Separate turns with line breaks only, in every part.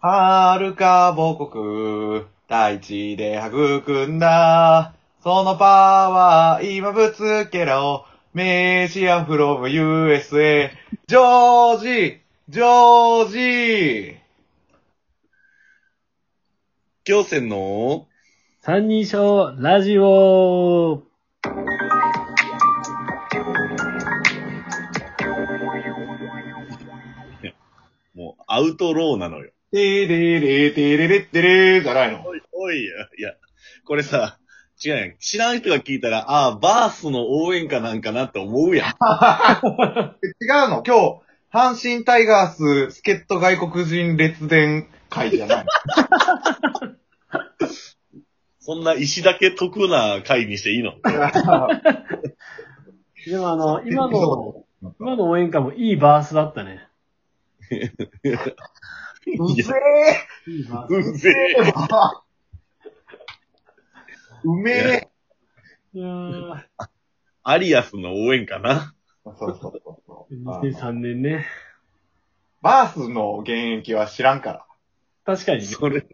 はるか母国、大地で育んだ。そのパワー、今ぶつけろ。メシアフロム USA。ジョージジョージ
行船の
三人称ラジオ
もうアウトローなのよ。
ティリリティリリティリじゃないの。
おい、おい、いや、いや、これさ、違うやん。知らん人が聞いたら、ああ、バースの応援歌なんかなって思うやん。
違うの今日、阪神タイガース、助っ人外国人列伝会じゃない。
そんな石だけ得な回にしていいの
でもあの、今の、今の応援歌もいいバースだったね。
うぜ
いいバース。
うぜえ。
えわ うめえ
いやー、
アリアスの応援歌な。
そうそうそうそう。
2003年ね。
バースの現役は知らんから。
確かにね。
それ、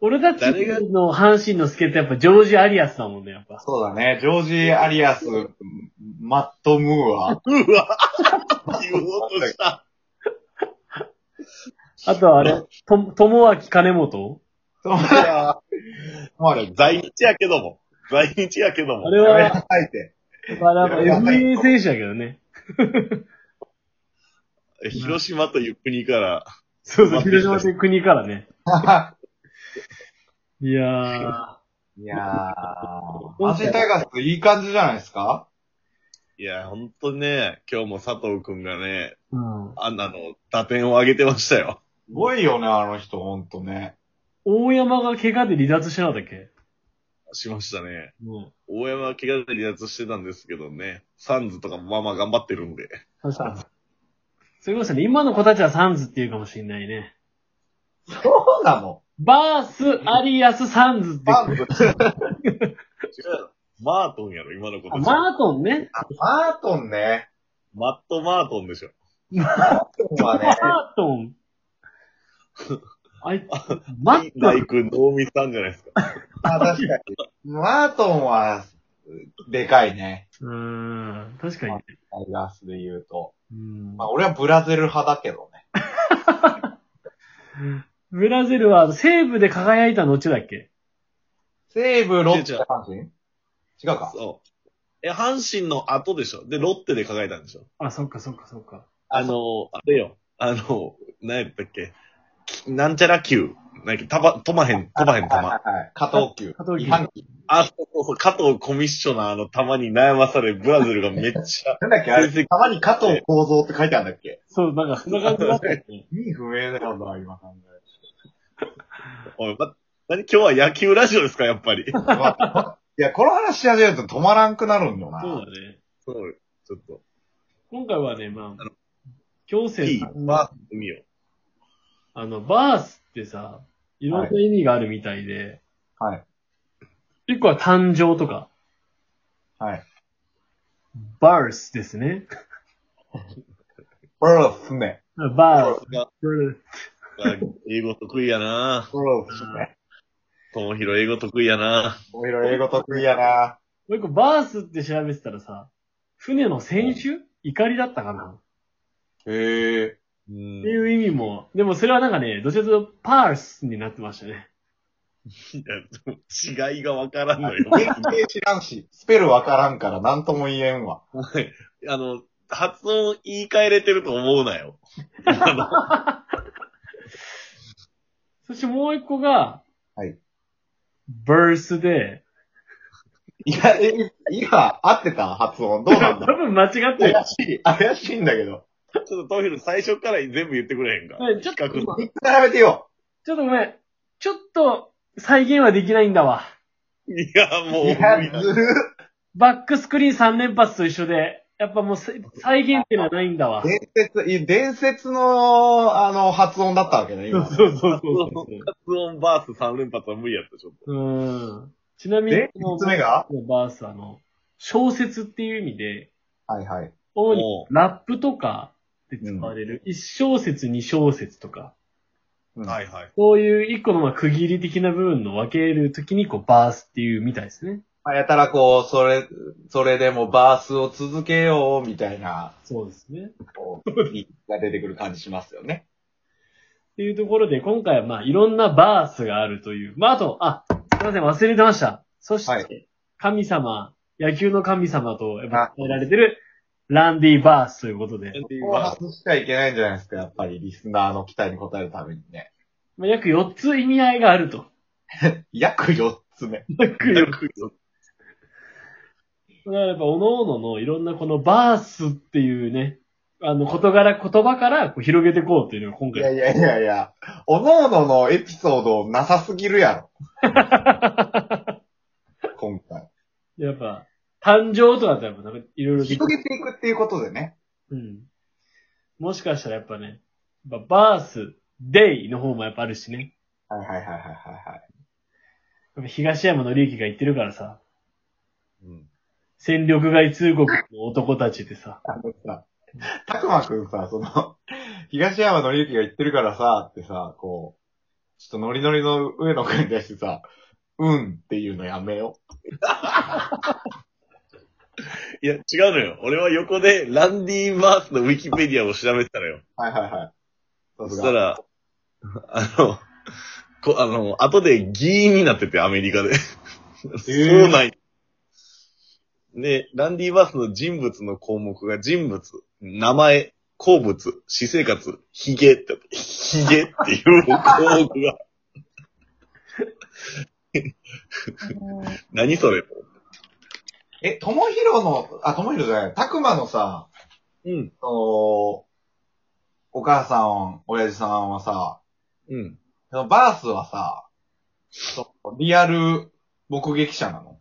俺たちの阪神の助っ人やっぱジョージ・アリアスだもんね、やっぱ。
そうだね。ジョージ・アリアス、マット・ムーア。
うわ言おうとした。
あとはあれ、と、友明金本
そう
いや
あれ、
在日やけども。在日やけど
あ
も。
れ
やめ
は、
なさいって。
まあ、やっぱ NBA 選手だけどね。
広島という国から、
そうそう、広島という国からね。いや
いやー、阪神タイガースいい感じじゃないですか
いや、ほんとね、今日も佐藤くんがね、
ー、うん。
あんなの打点を上げてましたよ。
すごいよね、あの人、ほんとね。
大山が怪我で離脱しなかったっけ
しましたね。
うん。
大山は怪我で離脱してたんですけどね。サンズとかもまあまあ頑張ってるんで。
確かに。そういうことですね。今の子たちはサンズっていうかもしれないね。
そうなの
バース、アリアス、サンズって。
マー
違うマートンやろ、今のこと
あマートンね。
マートンね。
マット・マートンでしょ。
まあね。
マートン。あい、マット
大
ン。
君、能見さんじゃないですか。
あ、確かに。マートンは、でかいね。
うーん、確かにね。
タイガースで言うと。
うん
まあ、俺はブラゼル派だけどね。
ブラジルは西部で輝いた後だっけ
西武、ロッテ、阪神違うか。
そう。え、阪神の後でしょ。で、ロッテで輝いたんでしょ。
あ、そっかそっかそっか。
あの、あれよ。あの、何やったっけ。きなんちゃら球。なんやっけ、たば、飛ばへん、飛ばへん球。
はいはいはい。加藤球。
加藤球
違反球。
あ、そうそうそう、加藤コミッショナーの球に悩まされ、ブラジルがめっちゃ
なんだっけあれ、
成績
たまに加藤構造って書いてあるんだっけ
そう、なんかそんな感じだったよね。
意味不明だよな、今考
おい、ま、何今日は野球ラジオですか、やっぱり。
えて。まあいや、この話し始めると止まらんくなるんよな。
そうだね。
そう、ちょっと。
今回はね、まあ、強制
い
さ
い
ん、
バース見よう。
あの、バースってさ、いろんな意味があるみたいで、
はい。
一個は誕生とか、
はい。
バースですね。
ブロスね。
バース。
が
ブ
英語得意やな
ブロスね。
ともひろ英語得意やな
おいろ英語得意やな。
もう一個、バースって調べてたらさ、船の船首怒りだったかな
へえ。
う
っ
ん
ていう意味も、でもそれはなんかね、どちらかというとパースになってましたね。
いや違いがわからんの よ。
原型知らんし、スペルわからんから何とも言えんわ。
あの、発音言い換えれてると思うなよ。あ
そしてもう一個が、
はい。
バースで、
いや、え、今、合ってた発音。どうな
多
んだ
分間違ってる。
怪しい、怪しいんだけど。
のちょっとトもひろ最初から全部言ってくれへんか。
ねちょっと
比較
今
3つ並べてよ。
ちょっとごめん。ちょっと再現はできないんだわ。
いや、もう
い
無
や、
理だ。
ずる。
バックスクリーン3連発と一緒で、やっぱもうせ再現っていうのはないんだわ。
伝説、い伝説の、あの、発音だったわけね、
そう
今。
そうそうそ
発音バース3連発は無理やった、ちょっと。
う。うん。ちなみに
で、、3つ目が
バースあの、小説っていう意味で、
はいはい。
主に
も
ラップとかで使われる、1小節2小節とか、
うん
はい はい。
そういう一個のまあ区切り的な部分の分けるときに、こう、バースっていうみたいですね。
まあ、やたらこう、それ、それでもバースを続けよう、みたいな、
そうですね。
こう、意義が出てくる感じしますよね。
っていうところで、今回はまあ、いろんなバースがあるという。まあ、あと、あ、すいません、忘れてました。そして、
は
神様、野球の神様と、やっ
あ
ぱ、伝えられてる、ランディ・バースということで、
ここは外しちゃいけないんじゃないですか、やっぱり、リスナーの期待に応えるためにね。
まあ、約4つ意味合いがあると。
約4つ目。
約4つ。だからやっぱ、おのおののいろんなこのバースっていうね、あの、事柄、言葉からこう広げていこうというのが今
いや
回。
いやいやいや、おのおののエピソードなさすぎるや ろ。今回。
やっぱ、誕生とかってやっぱ、いろいろできる
広げていくっていうことでね。
うん。もしかしたらやっぱね、やっぱバース、デイの方もやっぱあるしね。
はいはいはいはいはいはい。
やっぱ東山の之が言ってるからさ、
うん
戦力外通告の男たちでさ、
あのさ、たくまくんさ、その、 東山のりゆきが言ってるからさ、ってさ、こう、ちょっとノリノリの上野くんに対してさ、うんっていうのやめよ
いや、違うのよ。俺は横でランディ・バースのウィキペディアを調べてたのよ。
う。はいはいはい。そ
そした、ら、あの、こあの、後で議員になってて、アメリカで。そうなんやで、ランディ・バースの人物の項目が人物、名前、好物、私生活、ヒゲって、ヒゲっていう項目が、何それ
え、ともひろの、あ、ともひろじゃない、たくまのさ、
うん。
その、お母さん、親父さんはさ、
うん。
そのバースはさ、そうリアル目撃者なの。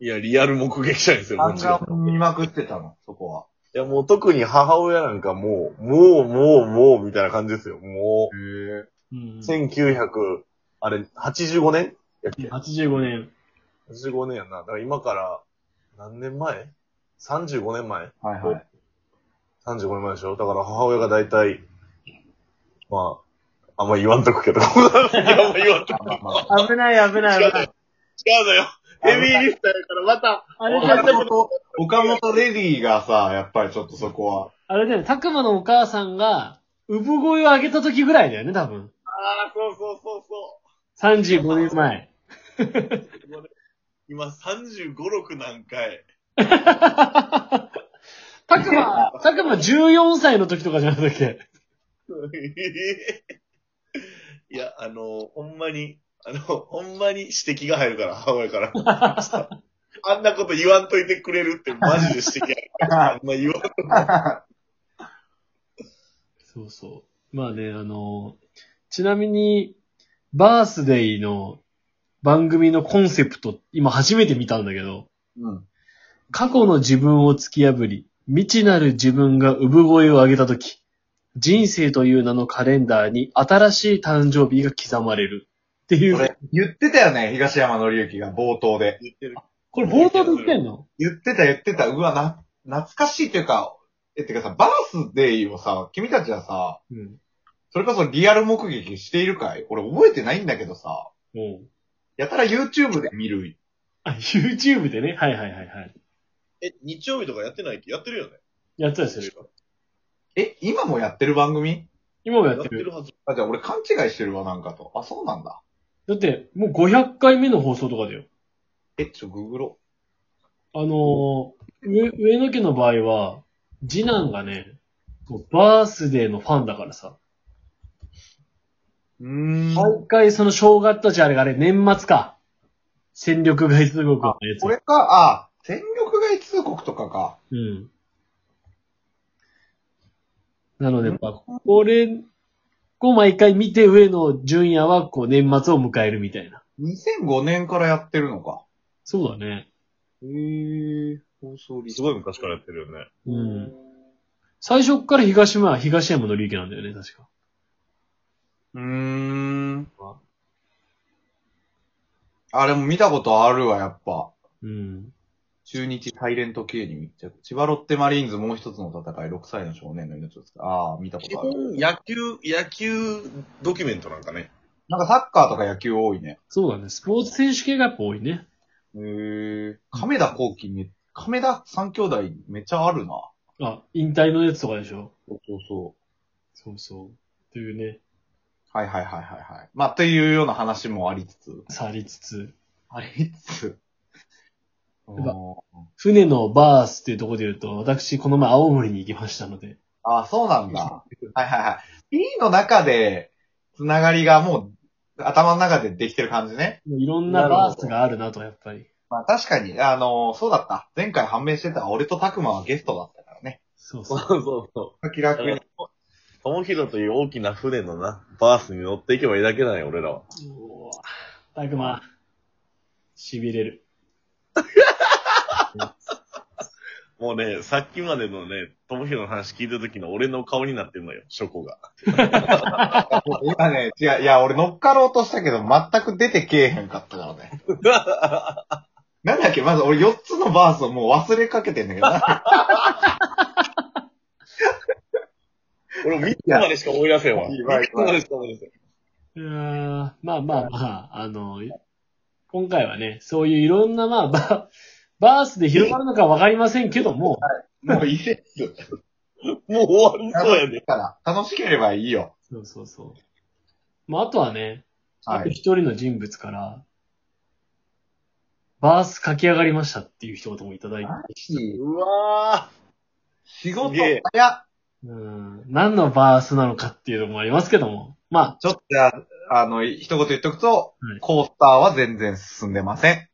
いや、リアル目撃者ですよ、も
漫
ちろん。
画見まくってたの、そこは。
いや、もう特に母親なんかもう、もう、もう、もう、みたいな感じですよ。も
へえ。
うん
う、、1900、あれ、85年
85年。
?85 年やんな。だから今から、何年前 ?35 年前
はいはい。
?35 年前でしょだから母親が大体、まあ、あんま言わんとく けど。いやあんま言わんとく。
あまあまあ
危ない危ない危ない。
違うのよ。ヘビーリスターやからまた、
あれだ
岡
よね、
本、岡本レディーがさ、やっぱりちょっとそこは。
あれだよね、たくまのお母さんが、産声を上げた時ぐらいだよね、多分。
ああ、そうそうそうそ
35年 前。
う。今35、6なんかい。
たくま、 たくま14歳の時とかじゃなかったっけ
いや、あの、ほんまに、あの、ほんまに指摘が入るから、母親から。 あんなこと言わんといてくれるってマジで指摘入る から。あんま言わん。
そうそう。まあね、あの、ちなみに、バースデイの番組のコンセプト、今初めて見たんだけど、
うん。
過去の自分を突き破り、未知なる自分が産声を上げたとき、人生という名のカレンダーに新しい誕生日が刻まれる。ってい
こ
う。
れ、言ってたよね、東山紀之が冒頭で。
言ってる。
これ冒頭で言ってんの
言ってた言ってた。うわ、な、懐かしいっていうか、え、ってかさ、バースデイをさ、君たちはさ、
うん。
それこそリアル目撃しているかい俺覚えてないんだけどさ、
もう。
やたら YouTube で見る。
あ、YouTube でね。はいはいはいはい。
え、日曜日とかやってないってやってるよね。
やってたりする。
え、今もやってる番組
今もや
や
っ
ってて
る。
るはず。
あ、じゃあ俺勘違いしてるわ、なんかと。あ、そうなんだ。
だって、もう500回目の放送とかだよ。
え、ちょ、ググろ
あのー、上、上野家の場合は、次男がね、もうバースデーのファンだからさ、
う。うーん。
毎回その正月たちあれがあれ、年末か。戦力外通告のやつ
こ。れか、あ、戦力外通告とかか。
うん。なので、まあ、これを毎回見て上野純也はこう年末を迎えるみたいな。
2005年からやってるのか。
そうだね。
へえ、放送
すごい昔からやってるよね。
うん。最初っから東村は東山の利益なんだよね、確か。
うーん。あれも見たことあるわ、やっぱ。
うん。
中日サイレント系に密着。千葉ロッテマリーンズもう一つの戦い、6歳の少年の命をつけああ、見たこ
基
とある。
本、野球、野球ドキュメントなんかね。
なんかサッカーとか野球多いね。
そうだね。スポーツ選手系がやっぱ多いね。
へえ。亀田光輝め、亀田三兄弟めっちゃあるな。
あ、引退のやつとかでしょ。
そうそうそ
そうそう。というね、
う。はいはいはいはいはい。まあ、というような話もありつつ。
さりつつ、
ありつつ。あ
ぱ
ー
船のバースっていうところで言うと、私、この前青森に行きましたので。
あー、そうなん だ。はいはいはい。P の中で、つながりがもう、頭の中でできてる感じね。
いろんなバースがあるなと、やっぱり。
まあ確かに、あのーそうだった。前回判明してた俺とタクマはゲストだったからね。
そうそ。
そううそ
気
う。
楽
だから
に。、
ともひろという大きな船のな、バースに乗っていけばいいだけなんよ、俺らは。
うわたくま、痺れる。
もうね、さっきまでのね、ともひろの話聞いた時の俺の顔になってるのよ、ショコが。
今ね、違う、いや、俺乗っかろうとしたけど、全く出てけえへんかったからね。なんだっけ、まず俺4つのバースをもう忘れかけてんだけどな。
俺3つまでしか思い出せんわ。
いやいいわいいわ
3つまでしか思い出せん。
うーん、まあまあまあ、あの、今回はね、そういういろんな、まあ、 ババースで広がるのかわかりませんけども、
もういいです。
もう終わりそうやね。
から、楽しければいいよ。
そうそうそう。まあ、あとはね、あ
は
と
い。
一人の人物から、バース駆け上がりましたっていう一言もいただいて、
うわ
仕事
すげえ
早っ
うん、何のバースなのかっていうのもありますけども、まあ、
ちょっとじゃあ、あの、一言言っとくと、
はい
コースターは全然進んでません。